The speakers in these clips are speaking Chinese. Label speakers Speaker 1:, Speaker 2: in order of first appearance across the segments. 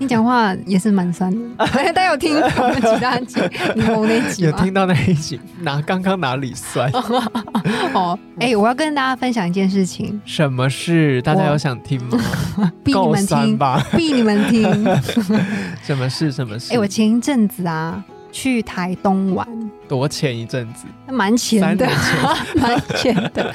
Speaker 1: 你讲话也是蛮酸的，大家有听我们其他集柠檬那一集
Speaker 2: 有
Speaker 1: 吗？
Speaker 2: 听到那一集哪刚刚哪里酸？
Speaker 1: 哦，哎、我要跟大家分享一件事情，
Speaker 2: 什么事？大家有想听吗？
Speaker 1: 逼你
Speaker 2: 够
Speaker 1: 们
Speaker 2: 酸
Speaker 1: 听，
Speaker 2: 吧？
Speaker 1: 逼你们听。
Speaker 2: 什么事？什么
Speaker 1: 哎、
Speaker 2: 事？
Speaker 1: 我前一阵子啊去台东玩，
Speaker 2: 多前一阵子，
Speaker 1: 蛮
Speaker 2: 三
Speaker 1: 前的
Speaker 2: 年，
Speaker 1: 蛮前的。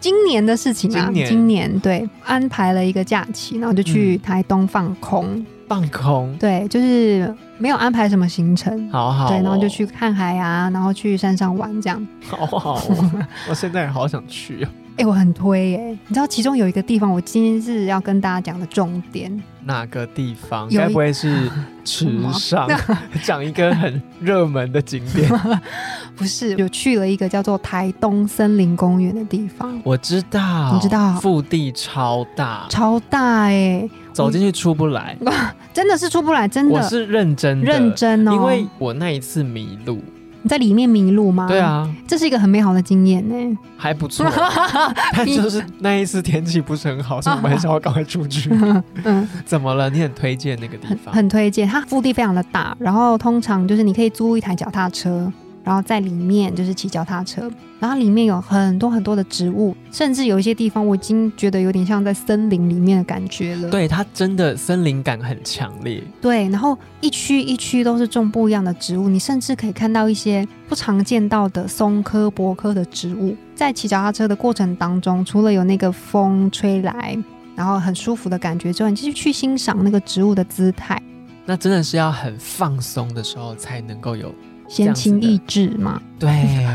Speaker 1: 今年的事情啊，
Speaker 2: 今
Speaker 1: 今
Speaker 2: 年嗯
Speaker 1: 年对安排了一个假期，然后就去台东放空，
Speaker 2: 放空，
Speaker 1: 对，就是没有安排什么行程，
Speaker 2: 好好哦，
Speaker 1: 对，然后就去看海啊，然后去山上玩这样。
Speaker 2: 好好 哦，我现在也好想去哦。
Speaker 1: 哎、我很推耶、你知道其中有一个地方，我今天是要跟大家讲的重点，
Speaker 2: 哪个地方？
Speaker 1: 有一
Speaker 2: 该不会是池 上？讲一个很热门的景点。
Speaker 1: 不是有去了一个叫做台东森林公园的地方，
Speaker 2: 我知道，
Speaker 1: 你知道
Speaker 2: 腹地超大，
Speaker 1: 超大哎、
Speaker 2: 走进去出不来。
Speaker 1: 真的是出不来，真
Speaker 2: 我
Speaker 1: 的
Speaker 2: 是认真的，
Speaker 1: 认真哦、
Speaker 2: 因为我那一次迷路。
Speaker 1: 你在里面迷路吗？
Speaker 2: 对，啊，
Speaker 1: 这是一个很美好的经验呢、
Speaker 2: 还 不 错，但就是那一次天气不是很好，所以我
Speaker 1: 啊
Speaker 2: 们还是要赶快 出去。
Speaker 1: 嗯，
Speaker 2: 怎么了？你很推荐那个地
Speaker 1: 很
Speaker 2: 方？
Speaker 1: 很推荐，它腹地非常的大，然后通常就是你可以租一台脚踏车。然后在里面就是骑脚踏车，然后它里面有很多很多的植物，甚至有一些地方我已经觉得有点像在森林里面的感觉了。
Speaker 2: 对，它真的森林感很强烈。
Speaker 1: 对，然后一区一区都是种不一样的植物，你甚至可以看到一些不常见到的松科、柏科的植物。在骑脚踏车的过程当中，除了有那个风吹来，然后很舒服的感觉之外，你继续去欣赏那个植物的姿态，
Speaker 2: 那真的是要很放松的时候才能够有。
Speaker 1: 闲情逸致嘛。
Speaker 2: 对，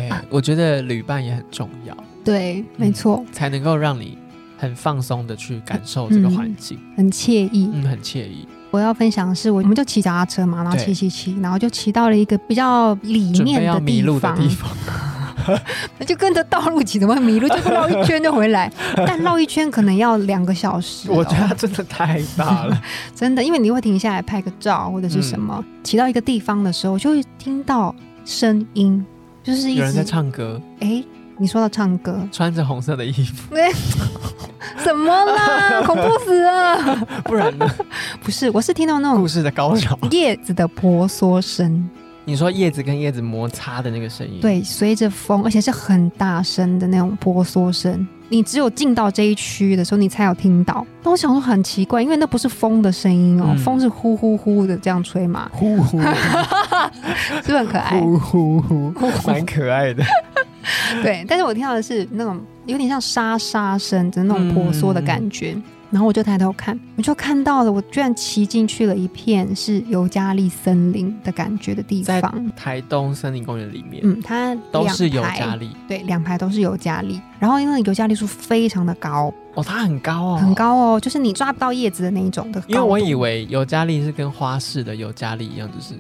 Speaker 2: 我觉得旅伴也很重要，
Speaker 1: 对，没错，
Speaker 2: 才能够让你很放松的去感受这个
Speaker 1: 嗯
Speaker 2: 环境，
Speaker 1: 很惬意。
Speaker 2: 嗯，很惬意。
Speaker 1: 我要分享的是，我我们就骑脚踏车嘛，然后
Speaker 2: 对
Speaker 1: 骑骑骑，然后就骑到了一个比较里
Speaker 2: 准
Speaker 1: 面
Speaker 2: 备要
Speaker 1: 的
Speaker 2: 迷
Speaker 1: 地
Speaker 2: 路的
Speaker 1: 方，
Speaker 2: 地方，
Speaker 1: 就跟着道路骑，怎么会迷路？就绕一圈就回 来，但绕一圈可能要两个小时 哦、
Speaker 2: 我觉得它真的太 大了。
Speaker 1: 真的，因为你会停下来拍个照或者是什么，
Speaker 2: 嗯
Speaker 1: 骑到一个地方的时候，就会听到声音，就是一
Speaker 2: 有人在
Speaker 1: 直
Speaker 2: 唱歌，
Speaker 1: 哎。你说到唱歌，
Speaker 2: 穿着红色的衣 服，
Speaker 1: 什么 啦？恐怖死了！
Speaker 2: 不然呢？
Speaker 1: 不是，我是听到那
Speaker 2: 故
Speaker 1: 种
Speaker 2: 事的高潮。
Speaker 1: 叶子的婆娑声，
Speaker 2: 你说叶子跟叶子摩擦的那个声音，，
Speaker 1: 对，随着风，而且是很大声的那种婆娑声。你只有进到这一区的时候，你才有听到。那我想说很奇怪，因为那不是风的声音哦，
Speaker 2: 嗯
Speaker 1: 风是呼呼呼的这样吹嘛，
Speaker 2: 呼 呼
Speaker 1: 是不是很可爱？
Speaker 2: 呼呼 呼，蛮可爱的。
Speaker 1: 对，但是我听到的是那种有点像沙沙声的那种婆
Speaker 2: 嗯
Speaker 1: 娑的感觉。然后我就抬头看，我就看到了，我居然骑进去了一片是尤加利森林的感觉的地
Speaker 2: 在
Speaker 1: 方。
Speaker 2: 台东森林公园里面
Speaker 1: 嗯，它
Speaker 2: 都
Speaker 1: 两
Speaker 2: 是尤
Speaker 1: 排
Speaker 2: 加利，
Speaker 1: 对，两排都是尤加利。然后因为尤加利树非常的高，
Speaker 2: 哦，它很高哦，
Speaker 1: 很。高哦，就是你抓不到叶子的那一种的高度。
Speaker 2: 因为我以为尤加利是跟花式的尤加利一样，就是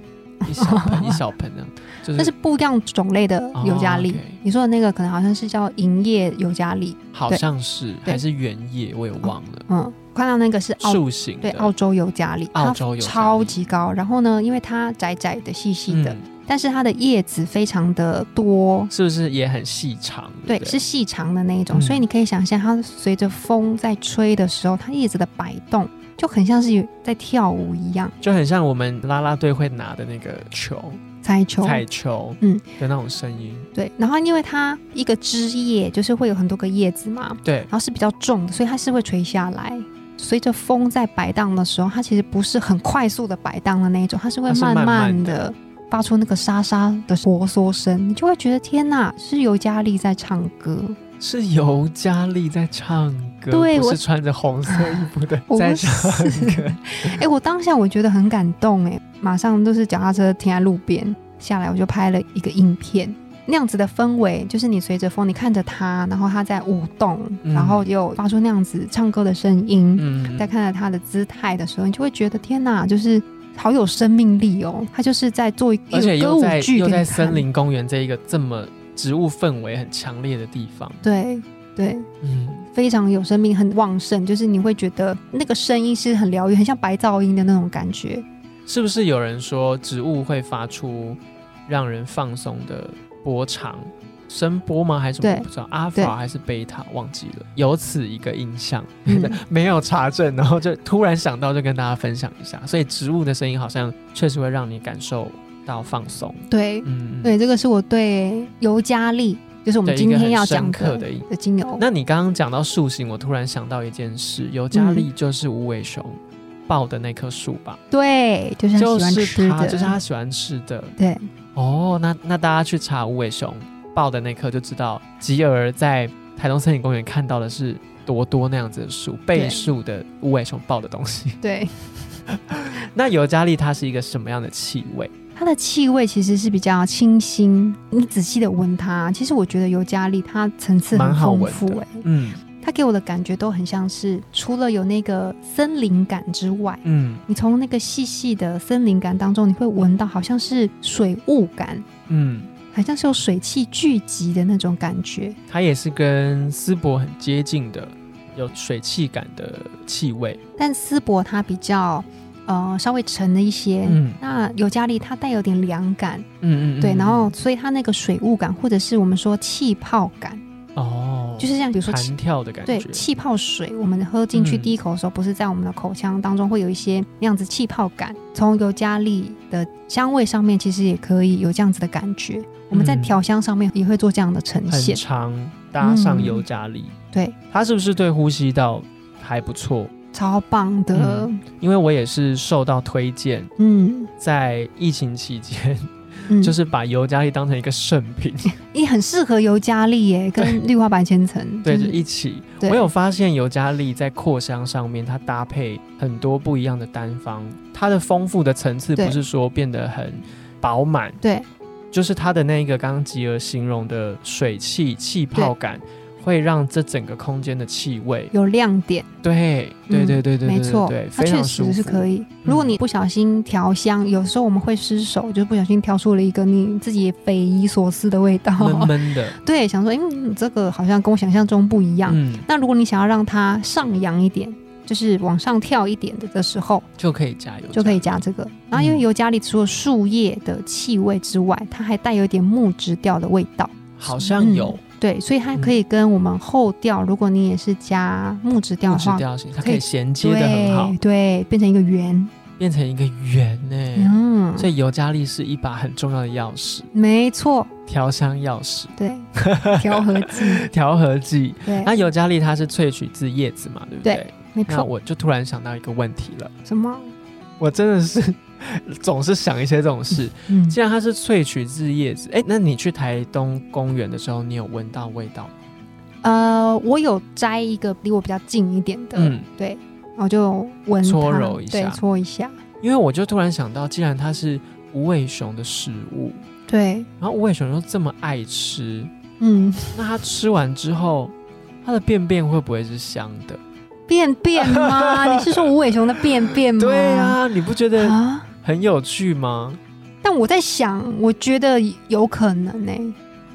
Speaker 2: 一小 盆一小盆那样，就是
Speaker 1: 那是不一样种类的尤加利。
Speaker 2: 哦，OK
Speaker 1: 你说的那个可能好像是叫银叶尤加利，
Speaker 2: 好
Speaker 1: 对
Speaker 2: 像是
Speaker 1: 对
Speaker 2: 还是原叶，我也忘了。
Speaker 1: 嗯，看到那个是澳
Speaker 2: 树形
Speaker 1: 对，
Speaker 2: 的，
Speaker 1: 澳洲尤加利，
Speaker 2: 澳
Speaker 1: 它
Speaker 2: 洲尤加利
Speaker 1: 超级高。然后呢，因为它窄窄的、细细的，
Speaker 2: 嗯
Speaker 1: 但是它的叶子非常的多，
Speaker 2: 是不是也很细长？
Speaker 1: 对，
Speaker 2: 不
Speaker 1: 是细长的那一种，
Speaker 2: 嗯
Speaker 1: 所以你可以想象，它随着风在吹的时候，它叶子的摆动就很像是有在跳舞一样，
Speaker 2: 就很像我们啦啦队会拿的那个球
Speaker 1: 猜球。
Speaker 2: 彩球，
Speaker 1: 嗯
Speaker 2: 嗯的那种声音。
Speaker 1: 对，然后因为它一个枝叶就是会有很多个叶子嘛，
Speaker 2: 对，
Speaker 1: 然后是比较重的，所以它是会垂下来。随着风在摆荡的时候，它其实不是很快速的摆荡的那一种，它是会
Speaker 2: 它是慢
Speaker 1: 慢
Speaker 2: 慢
Speaker 1: 慢
Speaker 2: 的
Speaker 1: 的发出那个沙沙的婆娑声，你就会觉得天哪，是尤加利在唱歌。
Speaker 2: 是尤加利在唱歌，
Speaker 1: 对
Speaker 2: 不
Speaker 1: 我
Speaker 2: 是穿着红色衣服的
Speaker 1: 我
Speaker 2: 在
Speaker 1: 不
Speaker 2: 唱
Speaker 1: 是
Speaker 2: 歌。
Speaker 1: 哎、我当下我觉得很感动哎、马上就是脚踏车停在路边下来，我就拍了一个影片。那样子的氛围，就是你随着风，你看着它，然后它在舞动，
Speaker 2: 嗯
Speaker 1: 然后又发出那样子唱歌的声音，
Speaker 2: 嗯
Speaker 1: 在看着他的姿态的时候，你就会觉得天哪，就是好有生命力哦。它就是在做一个
Speaker 2: 而且
Speaker 1: 歌
Speaker 2: 又
Speaker 1: 舞
Speaker 2: 在
Speaker 1: 剧给
Speaker 2: 又
Speaker 1: 你
Speaker 2: 在
Speaker 1: 看
Speaker 2: 森，林公园这一个这么植物氛围很强烈的地方，
Speaker 1: 对对，
Speaker 2: 嗯，
Speaker 1: 非常有生命，很旺盛，就是你会觉得那个声音是很疗愈，很像白噪音的那种感 觉。
Speaker 2: 是不是有人说植物会发出让人放松的波长？声波吗？还是什么？
Speaker 1: 对
Speaker 2: 我不知道，阿
Speaker 1: 对
Speaker 2: 法还是贝塔，忘记了。有此一个 印象，
Speaker 1: 嗯
Speaker 2: 没有查证，然后就突然想到，就跟大家分享一下。所以植物的声音好像确实会让你感受到放松。
Speaker 1: 对
Speaker 2: 嗯，
Speaker 1: 对，这个是我对尤加利，就是我
Speaker 2: 对，
Speaker 1: 们今
Speaker 2: 一个
Speaker 1: 天
Speaker 2: 很
Speaker 1: 要
Speaker 2: 深
Speaker 1: 讲
Speaker 2: 刻
Speaker 1: 的
Speaker 2: 的印
Speaker 1: 的精油。
Speaker 2: 那你刚刚讲到树形，我突然想到一件事，尤
Speaker 1: 嗯
Speaker 2: 加利就是无尾熊抱的那棵树吧？
Speaker 1: 对，就是
Speaker 2: 就
Speaker 1: 很喜欢
Speaker 2: 是
Speaker 1: 吃
Speaker 2: 它，
Speaker 1: 的，
Speaker 2: 就是它喜欢吃的。
Speaker 1: 对
Speaker 2: 哦，那那大家去查无尾熊抱的那棵，就知道吉尔在台东森林公园看到的是多多那样子的树，倍数的无尾熊抱的东西。
Speaker 1: 对。
Speaker 2: 那尤加利它是一个什么样的气味？
Speaker 1: 它的气味其实是比较清新，你仔细的闻它，其实我觉得尤加利它层次
Speaker 2: 蛮
Speaker 1: 很
Speaker 2: 好
Speaker 1: 丰
Speaker 2: 闻
Speaker 1: 富、
Speaker 2: 的
Speaker 1: 欸，
Speaker 2: 嗯
Speaker 1: 它给我的感觉都很像是除了有那个森林感之外，
Speaker 2: 嗯
Speaker 1: 你从那个细细的森林感当中，你会闻到好像是水雾感，
Speaker 2: 嗯，
Speaker 1: 好像是有水汽聚集的那种感觉。
Speaker 2: 它也是跟丝柏很接近的，有水汽感的气味。
Speaker 1: 但丝柏它比较呃稍微沉了一些，
Speaker 2: 嗯
Speaker 1: 那尤加利它带有点凉感，
Speaker 2: 嗯嗯，
Speaker 1: 对，
Speaker 2: 嗯
Speaker 1: 然后所以它那个水雾感或者是我们说气泡感，
Speaker 2: 哦，
Speaker 1: 就是像比如说气
Speaker 2: 弹跳的感
Speaker 1: 对
Speaker 2: 觉，
Speaker 1: 气泡水，我们喝进去
Speaker 2: 嗯
Speaker 1: 第一口的时候，不是在我们的口腔当中会有一些那样子气泡感，从尤加利的香味上面，其实也可以有这样子的感觉。我们在
Speaker 2: 嗯
Speaker 1: 调香上面也会做这样的呈
Speaker 2: 很
Speaker 1: 现，
Speaker 2: 长，搭
Speaker 1: 嗯
Speaker 2: 上尤加利，
Speaker 1: 对，
Speaker 2: 它是不是对呼吸道还不错？
Speaker 1: 超棒的，
Speaker 2: 因为我也是受到推荐，
Speaker 1: 嗯
Speaker 2: 在疫情期 间，
Speaker 1: 嗯，
Speaker 2: 就是把尤加利当成一个圣 品，
Speaker 1: 也很适合尤加利耶，跟绿花白千层，
Speaker 2: 对，
Speaker 1: 就
Speaker 2: 就是一起。
Speaker 1: 对
Speaker 2: 我有发现尤加利在扩香上面，它搭配很多不一样的单方，它的丰富的层次
Speaker 1: 对
Speaker 2: 不是说变得很饱满，
Speaker 1: 对
Speaker 2: 就是它的那个刚刚吉尔形容的水汽气泡感，会让这整个空间的气味，
Speaker 1: 有亮点，
Speaker 2: 对对
Speaker 1: 嗯
Speaker 2: 对对对，
Speaker 1: 没
Speaker 2: 对
Speaker 1: 错
Speaker 2: 对，
Speaker 1: 它
Speaker 2: 非
Speaker 1: 确
Speaker 2: 常
Speaker 1: 实
Speaker 2: 舒服，嗯
Speaker 1: 是可以。如果你不小心调香，有时候我们会失手，就不小心调出了一个你自己也匪夷所思的味道，
Speaker 2: 闷闷的，
Speaker 1: 对，想说，嗯，这个好像跟我想象中不一样。
Speaker 2: 嗯，
Speaker 1: 那如果你想要让它上扬一点，就是往上跳一点的的时候，
Speaker 2: 就可以加油，
Speaker 1: 就可以加这个。然后因为
Speaker 2: 嗯
Speaker 1: 尤加利除了树叶的气味之外，它还带有一点木质调的味道。嗯
Speaker 2: 好像有嗯
Speaker 1: 对，所以它可以跟我们后调，如果你也是加木质调
Speaker 2: 木
Speaker 1: 的
Speaker 2: 质
Speaker 1: 话，
Speaker 2: 调性，它
Speaker 1: 可
Speaker 2: 可
Speaker 1: 以
Speaker 2: 以衔接的很好
Speaker 1: 对，对，变成一个圆。
Speaker 2: 变成一个圆呢。
Speaker 1: 嗯，
Speaker 2: 所以尤加利是一把很重要的钥匙，
Speaker 1: 没错，
Speaker 2: 调香钥匙、
Speaker 1: 对，调和剂，
Speaker 2: 调和剂。
Speaker 1: 对，
Speaker 2: 那尤加利它是萃取自叶子嘛，对不对？
Speaker 1: 对没
Speaker 2: 啊那
Speaker 1: 错。
Speaker 2: 我就突然想到一个问题了，
Speaker 1: 什么？
Speaker 2: 我真的是 总是想一些这种事。
Speaker 1: 嗯，
Speaker 2: 既然它是萃取自叶子，哎，那你去台东公园的时候，你有闻到味道吗？
Speaker 1: 呃，我有摘一个离我比较近一点的，
Speaker 2: 嗯，
Speaker 1: 对，然后就闻它
Speaker 2: 搓揉一下
Speaker 1: 对，搓一下，
Speaker 2: 因为我就突然想到，既然它是无尾熊的食物，
Speaker 1: 对，
Speaker 2: 然后无尾熊又这么爱吃，
Speaker 1: 嗯，
Speaker 2: 那它吃完之后，它的便便会不会是香的？
Speaker 1: 便便吗？你是说无尾熊的便便吗？
Speaker 2: 对啊，你不觉得
Speaker 1: 啊，
Speaker 2: 很有趣吗？
Speaker 1: 但我在想，我觉得有可能呢、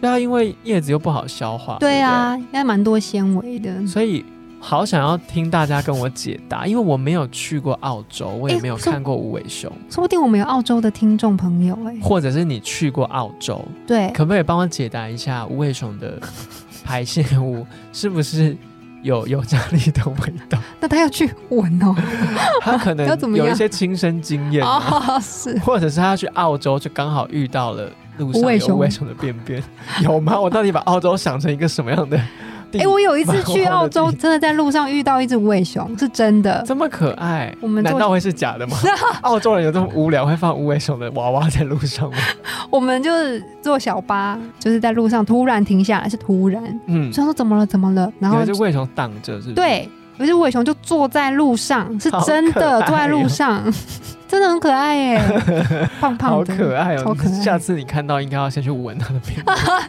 Speaker 2: 对啊，因为叶子又不好消化，
Speaker 1: 对
Speaker 2: 对
Speaker 1: 啊，应该蛮多纤维的
Speaker 2: 不对，。所以好想要听大家跟我解答，因为我没有去过澳洲，我也
Speaker 1: 诶
Speaker 2: 没有
Speaker 1: 说
Speaker 2: 看过无尾熊，
Speaker 1: 说不定我们有澳洲的听众朋友哎、
Speaker 2: 或者是你去过澳洲，
Speaker 1: 对，
Speaker 2: 哦可不可以帮我解答一下无尾熊的排泄物是不是有有加力的味 道？
Speaker 1: 那他要去闻 哦、
Speaker 2: 它可
Speaker 1: 要怎
Speaker 2: 能
Speaker 1: 么
Speaker 2: 有一
Speaker 1: 样
Speaker 2: 些亲身经验、啊。
Speaker 1: 哦，是
Speaker 2: 或者是他去澳洲就刚好遇到了路上
Speaker 1: 无尾
Speaker 2: 有
Speaker 1: 熊
Speaker 2: 无尾熊的便便， 有吗？我到底把澳洲想成一个什么 样的地？
Speaker 1: 哎、我有一次去
Speaker 2: 蛮荒
Speaker 1: 澳
Speaker 2: 的地
Speaker 1: 洲，真的在路上遇到一只无尾熊，是真的。
Speaker 2: 这么可爱，
Speaker 1: 我们做
Speaker 2: 难道会是假的吗？ 澳洲人有这么无聊，会放无尾熊的娃娃在路上吗？
Speaker 1: 我们就是坐小巴，就是在路上突然停下来，是突然，
Speaker 2: 嗯，
Speaker 1: 他说怎么了怎么了， 然后
Speaker 2: 有一只无尾熊挡着，是不是？，
Speaker 1: 对，有一只尾熊就坐在路上，是
Speaker 2: 好
Speaker 1: 真
Speaker 2: 可爱
Speaker 1: 的
Speaker 2: 哦
Speaker 1: 坐在路上， 真的很可爱耶，胖
Speaker 2: 好
Speaker 1: 胖的，
Speaker 2: 可爱哦！
Speaker 1: 超可爱
Speaker 2: 下次你看到应该要先去闻它的便便。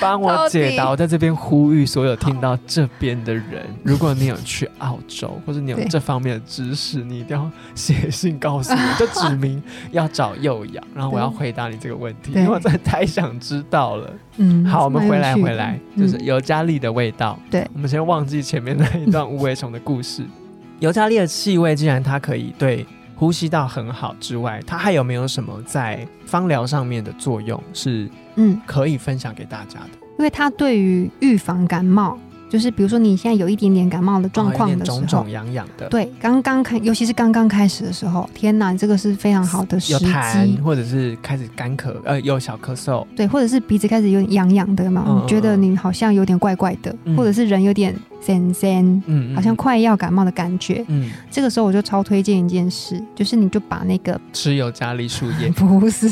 Speaker 2: 帮我解
Speaker 1: 到
Speaker 2: 答。
Speaker 1: 底
Speaker 2: 我在这边呼吁所有听到这边的人，如果你有去澳洲，或者你有
Speaker 1: 对
Speaker 2: 这方面的知识，你一定要写信告诉我，就指明要找幼养，然后我要
Speaker 1: 对
Speaker 2: 回答你这个问题，因
Speaker 1: 对
Speaker 2: 为我真的太想知道了。
Speaker 1: 嗯，
Speaker 2: 好，我们
Speaker 1: 蛮有
Speaker 2: 回来
Speaker 1: 趣的
Speaker 2: 回来，
Speaker 1: 嗯
Speaker 2: 就是尤加利的味道。
Speaker 1: 对，
Speaker 2: 我们先忘记前面那一段无尾熊的故事。 尤加利的气味，既然它可以对呼吸道很好之外，它还有没有什么在芳疗上面的作用是
Speaker 1: 嗯，
Speaker 2: 可以分享给大家的？
Speaker 1: 因为它对于预防感冒，就是比如说你现在有一点点感冒的状
Speaker 2: 哦有
Speaker 1: 况
Speaker 2: 点
Speaker 1: 的时候，
Speaker 2: 肿肿痒痒的，，
Speaker 1: 对，刚刚开，尤其是刚刚开始的时候，天哪，这个是非常好的时
Speaker 2: 有
Speaker 1: 机
Speaker 2: 痰。或者是开始干咳，呃，有小咳嗽，
Speaker 1: 对，或者是鼻子开始有点痒痒的嘛，
Speaker 2: 嗯
Speaker 1: 你觉得你好像有点怪怪的，
Speaker 2: 嗯
Speaker 1: 或者是人有点森森，
Speaker 2: 嗯，嗯
Speaker 1: 好像，快要感冒的感觉。
Speaker 2: 嗯，
Speaker 1: 这个时候我就超推荐一件事，就是你就把那个
Speaker 2: 吃尤加利树叶
Speaker 1: 不 是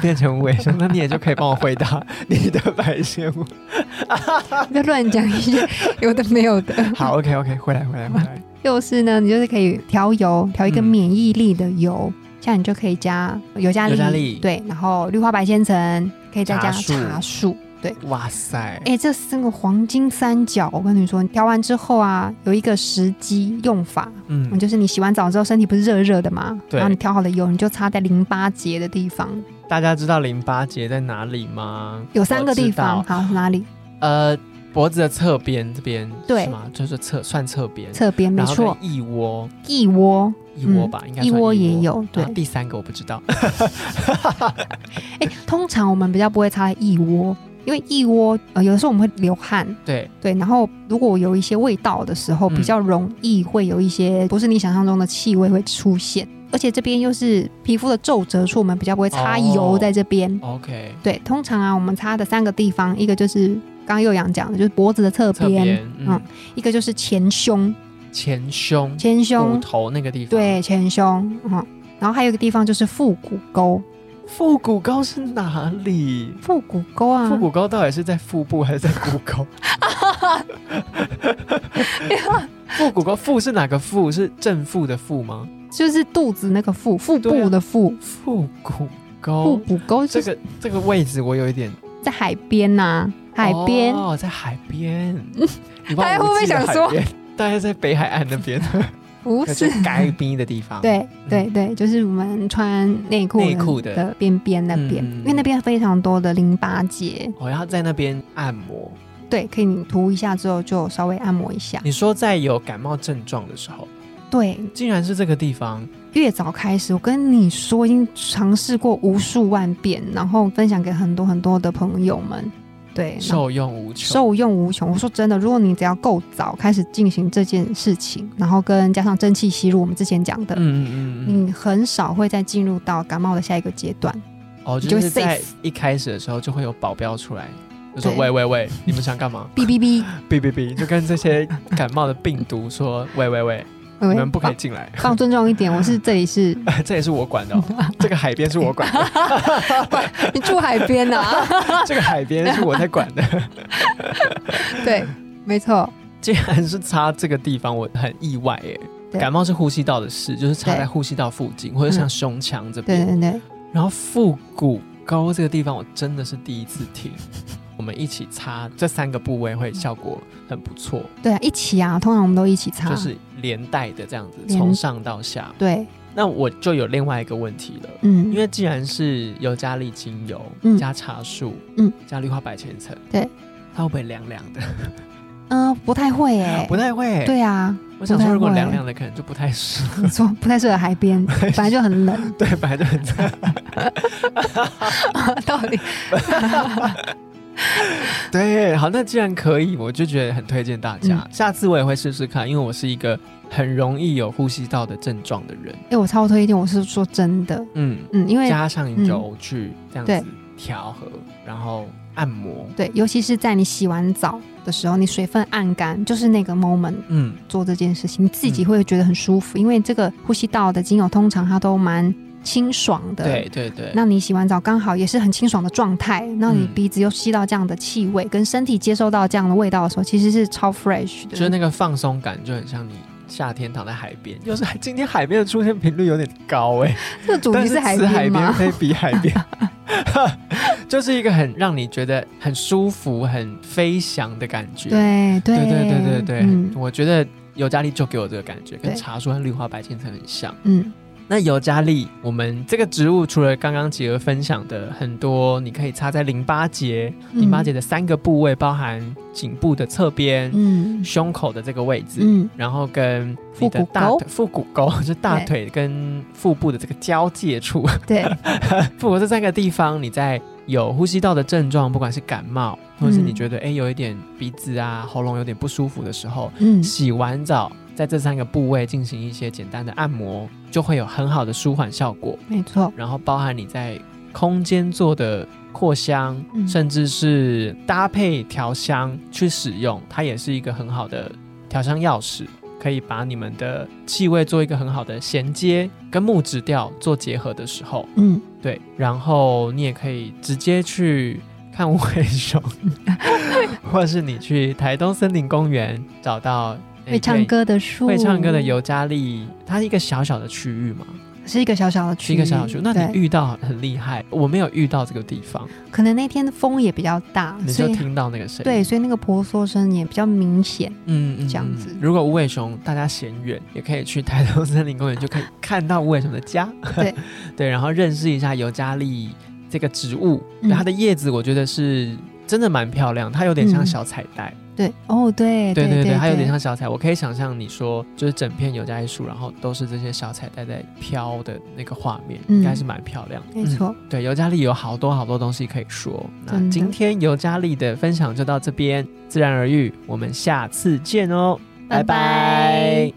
Speaker 2: 变成无尾熊，那你也就可以帮我回答 你的白线问
Speaker 1: 不要乱讲一些有的没有的，
Speaker 2: 好，OK OK，回来回来回来，
Speaker 1: 就是呢，你就是可以调油，调一个
Speaker 2: 嗯
Speaker 1: 免疫力的油，像你就可以加尤加利，
Speaker 2: 尤加利
Speaker 1: 对，然后绿花白千层，可以再加
Speaker 2: 茶树
Speaker 1: 茶树。
Speaker 2: 哇塞，
Speaker 1: 哎、这三个黄金三角，我跟你说，你调完之后啊，有一个时机用法，
Speaker 2: 嗯，
Speaker 1: 就是你洗完澡之后，身体不是热热的嘛，
Speaker 2: 对
Speaker 1: 然后你调好了油，你就擦在淋巴结的地方，
Speaker 2: 大家知道淋巴结在哪里吗？
Speaker 1: 有三个地方，
Speaker 2: 我知道，
Speaker 1: 好哪里？
Speaker 2: 呃，脖子的侧边这边，
Speaker 1: 对
Speaker 2: 是吗？就是侧算侧边，
Speaker 1: 侧边，没
Speaker 2: 然后
Speaker 1: 错，
Speaker 2: 跟腋窝，
Speaker 1: 腋窝，
Speaker 2: 腋窝啊吧，应该
Speaker 1: 腋
Speaker 2: 算
Speaker 1: 窝也有，对
Speaker 2: 然后。第三个我不知道，
Speaker 1: 哎、通常我们比较不会擦在腋窝，因为腋窝呃有的时候我们会流汗，
Speaker 2: 对，
Speaker 1: 对，然后如果有一些味道的时候，
Speaker 2: 嗯
Speaker 1: 比较容易会有一些不是你想象中的气味会出现，而且这边又是皮肤的皱褶处，我们比较不会擦
Speaker 2: 哦
Speaker 1: 油在这边。
Speaker 2: OK，
Speaker 1: 对，通常啊，我们擦的三个地方，一个就是刚刚幼阳讲的，就是脖子的侧
Speaker 2: 侧
Speaker 1: 边，
Speaker 2: 边，嗯
Speaker 1: 嗯，一个就是前胸，
Speaker 2: 前胸、
Speaker 1: 前
Speaker 2: 骨
Speaker 1: 胸，
Speaker 2: 头那个地方，，
Speaker 1: 对，前胸，嗯，然后还有一个地方就是腹股沟，
Speaker 2: 腹股沟是哪里？
Speaker 1: 腹股沟啊，
Speaker 2: 腹股沟到底是在腹部还是在股 沟？ 腹股沟，腹是哪个腹？是正腹的腹吗？
Speaker 1: 就是肚子那个腹，腹
Speaker 2: 对啊
Speaker 1: 部的腹，
Speaker 2: 腹股
Speaker 1: 腹
Speaker 2: 沟，
Speaker 1: 股沟就
Speaker 2: 这
Speaker 1: 是
Speaker 2: 个这个位置我有一点
Speaker 1: 在海边呐、海边。
Speaker 2: 哦，在海 边，你
Speaker 1: 大家会不会想说，
Speaker 2: 大家在北海岸那边，
Speaker 1: 不
Speaker 2: 就是
Speaker 1: 是，
Speaker 2: 该冰的地方？，
Speaker 1: 对对对，就是我们穿内裤
Speaker 2: 内裤的
Speaker 1: 的的边边那边，
Speaker 2: 嗯
Speaker 1: 因为那边非常多的淋巴结，
Speaker 2: 我要在那边按摩。
Speaker 1: 对，可以你涂一下之后就稍微按摩一下，
Speaker 2: 你说在有感冒症状的时候，
Speaker 1: 对，
Speaker 2: 竟然是这个地方，
Speaker 1: 越早开始，我跟你说，已经尝试过无数万遍，然后分享给很多很多的朋友们，对，然后
Speaker 2: 受用无穷。
Speaker 1: 受用无穷。我说真的，如果你只要够早开始进行这件事情，然后跟加上蒸汽吸入，我们之前讲的，
Speaker 2: 嗯嗯嗯嗯，
Speaker 1: 你很少会再进入到感冒的下一个阶 段。
Speaker 2: 哦，
Speaker 1: 嗯你
Speaker 2: 就
Speaker 1: 就是会
Speaker 2: 在
Speaker 1: safe
Speaker 2: 一开始的时候就会有保镖出来，就说
Speaker 1: 对
Speaker 2: 喂喂 喂，你们想干嘛？
Speaker 1: 哔哔哔，
Speaker 2: 哔哔哔，就跟这些感冒的病毒说喂喂喂，
Speaker 1: 喂
Speaker 2: 你
Speaker 1: 喂
Speaker 2: 们不可以
Speaker 1: 放
Speaker 2: 进来，
Speaker 1: 放尊重一点，我是这里是，
Speaker 2: 这也是我管 的哦，这个海边是我管的，
Speaker 1: 你住海边啊呐、
Speaker 2: 这个海边是我在管的。
Speaker 1: 对，没错，
Speaker 2: 竟然是擦这个地方，我很意外耶。
Speaker 1: 对
Speaker 2: 感冒是呼吸道的事，就是擦
Speaker 1: 对
Speaker 2: 在呼吸道附近或者像胸腔这
Speaker 1: 对
Speaker 2: 边。
Speaker 1: 对对，
Speaker 2: 然后腹股沟这个地方，我真的是第一次听。 我们一起擦这三个部位会效果很不错，
Speaker 1: 对啊，一起啊，通常我们都一起擦，
Speaker 2: 就是连带的这样子，
Speaker 1: 连
Speaker 2: 从上到下。
Speaker 1: 对，
Speaker 2: 那我就有另外一个问题了。
Speaker 1: 嗯，
Speaker 2: 因为既然是尤加利精油、
Speaker 1: 嗯
Speaker 2: 加茶树、
Speaker 1: 嗯
Speaker 2: 加绿化百千层，
Speaker 1: 对，
Speaker 2: 它会不会凉凉的？
Speaker 1: 嗯、不太会哎、
Speaker 2: 不太会。，
Speaker 1: 对啊，
Speaker 2: 我想说，如果
Speaker 1: 不太会
Speaker 2: 凉凉的，可能就不太适合。
Speaker 1: 你说不太适合海边，本来就很冷，
Speaker 2: 对，本来就很 差。
Speaker 1: 到底
Speaker 2: 对，好，那既然可以，我就觉得很推荐大家。下次我也会试试看，因为我是一个很容易有呼吸道的症状的人。
Speaker 1: 哎、我超推荐，我是说真的，
Speaker 2: 嗯，
Speaker 1: 嗯，因为
Speaker 2: 加上油去这样
Speaker 1: 对
Speaker 2: 子调和，然后按摩。
Speaker 1: 对，尤其是在你洗完澡的时候，你水分按干，就是那个 moment
Speaker 2: 嗯，
Speaker 1: 做这件事情，你自己会觉得很舒服，因为这个呼吸道的精油通常它都蛮清爽的，
Speaker 2: 对对对。
Speaker 1: 那你洗完澡刚好也是很清爽的状态，那你
Speaker 2: 嗯
Speaker 1: 鼻子又吸到这样的气味，跟身体接收到这样的味道的时候，其实是超 fresh
Speaker 2: 就是
Speaker 1: 的。
Speaker 2: 那个放松感就很像你夏天躺在海边，就是今天海边的出现频率有点高哎、
Speaker 1: 这个主
Speaker 2: 但
Speaker 1: 题
Speaker 2: 是
Speaker 1: 海
Speaker 2: 此海
Speaker 1: 边
Speaker 2: 边
Speaker 1: 吗？
Speaker 2: 非彼海边，就是一个很让你觉得很舒服、很飞翔的感觉。
Speaker 1: 对对
Speaker 2: 对对对对对
Speaker 1: 嗯
Speaker 2: 我觉得尤加利就给我这个感觉，跟
Speaker 1: 对
Speaker 2: 茶树和绿花白千层很像。
Speaker 1: 嗯，
Speaker 2: 那尤加利，我们这个植物除了刚刚杰儿分享的很多，你可以插在淋巴结，淋巴结的三个部位包含颈部的侧边、
Speaker 1: 嗯
Speaker 2: 胸口的这个位置，
Speaker 1: 嗯
Speaker 2: 然后跟你的
Speaker 1: 腹股
Speaker 2: 大
Speaker 1: 沟
Speaker 2: 腿、腹股沟， 就是大腿跟腹部的这个交界处，
Speaker 1: 对，
Speaker 2: 腹股这三个地方，你在有呼吸道的症状，不管是感冒，或者是
Speaker 1: 嗯
Speaker 2: 你觉得哎、诶有一点鼻子啊、喉咙有点不舒服的时候，
Speaker 1: 嗯
Speaker 2: 洗完澡在这三个部位进行一些简单的按摩，就会有很好的舒缓效果。
Speaker 1: 没错，
Speaker 2: 然后包含你在空间做的扩香，
Speaker 1: 嗯
Speaker 2: 甚至是搭配调香去使用，它也是一个很好的调香钥匙，可以把你们的气味做一个很好的衔接，跟木质调做结合的时候，
Speaker 1: 嗯，
Speaker 2: 对，然后你也可以直接去。看无 尾熊，或是你去台东森林公园找到诶
Speaker 1: 会唱歌的树，
Speaker 2: 会唱歌的尤加利，它是一个小小的区域嘛，
Speaker 1: 是一个小小的区
Speaker 2: 是
Speaker 1: 域，
Speaker 2: 一个小小区。那你
Speaker 1: 对
Speaker 2: 遇到很厉害，我没有遇到这个地方，
Speaker 1: 可能那天风也比较大，
Speaker 2: 你
Speaker 1: 嗯所
Speaker 2: 就
Speaker 1: 以
Speaker 2: 听到那个声音。
Speaker 1: 对，，所以那个婆娑声也比较明显。
Speaker 2: 嗯嗯
Speaker 1: 这样子
Speaker 2: 嗯如果无尾熊大家嫌远，也可以去台东森林公园，就可以看到无尾熊的家。
Speaker 1: 对
Speaker 2: 对，然后认识一下尤加利这个植物，
Speaker 1: 嗯
Speaker 2: 它的叶子我觉得是。真的蛮漂亮，它有点像
Speaker 1: 嗯
Speaker 2: 小彩带，
Speaker 1: 对，哦，对，
Speaker 2: 对
Speaker 1: 对
Speaker 2: 对，它有点像小彩。我可以想象你说，就是整片尤加利树，然后都是这些小彩带在飘的那个画面，
Speaker 1: 嗯
Speaker 2: 应该是蛮漂亮的。
Speaker 1: 没
Speaker 2: 嗯
Speaker 1: 错，
Speaker 2: 对，尤加利有好多好多东西可以说。那
Speaker 1: 真的
Speaker 2: 今天尤加利的嗯分享就到这边，自然而愈，我们下次见哦，拜拜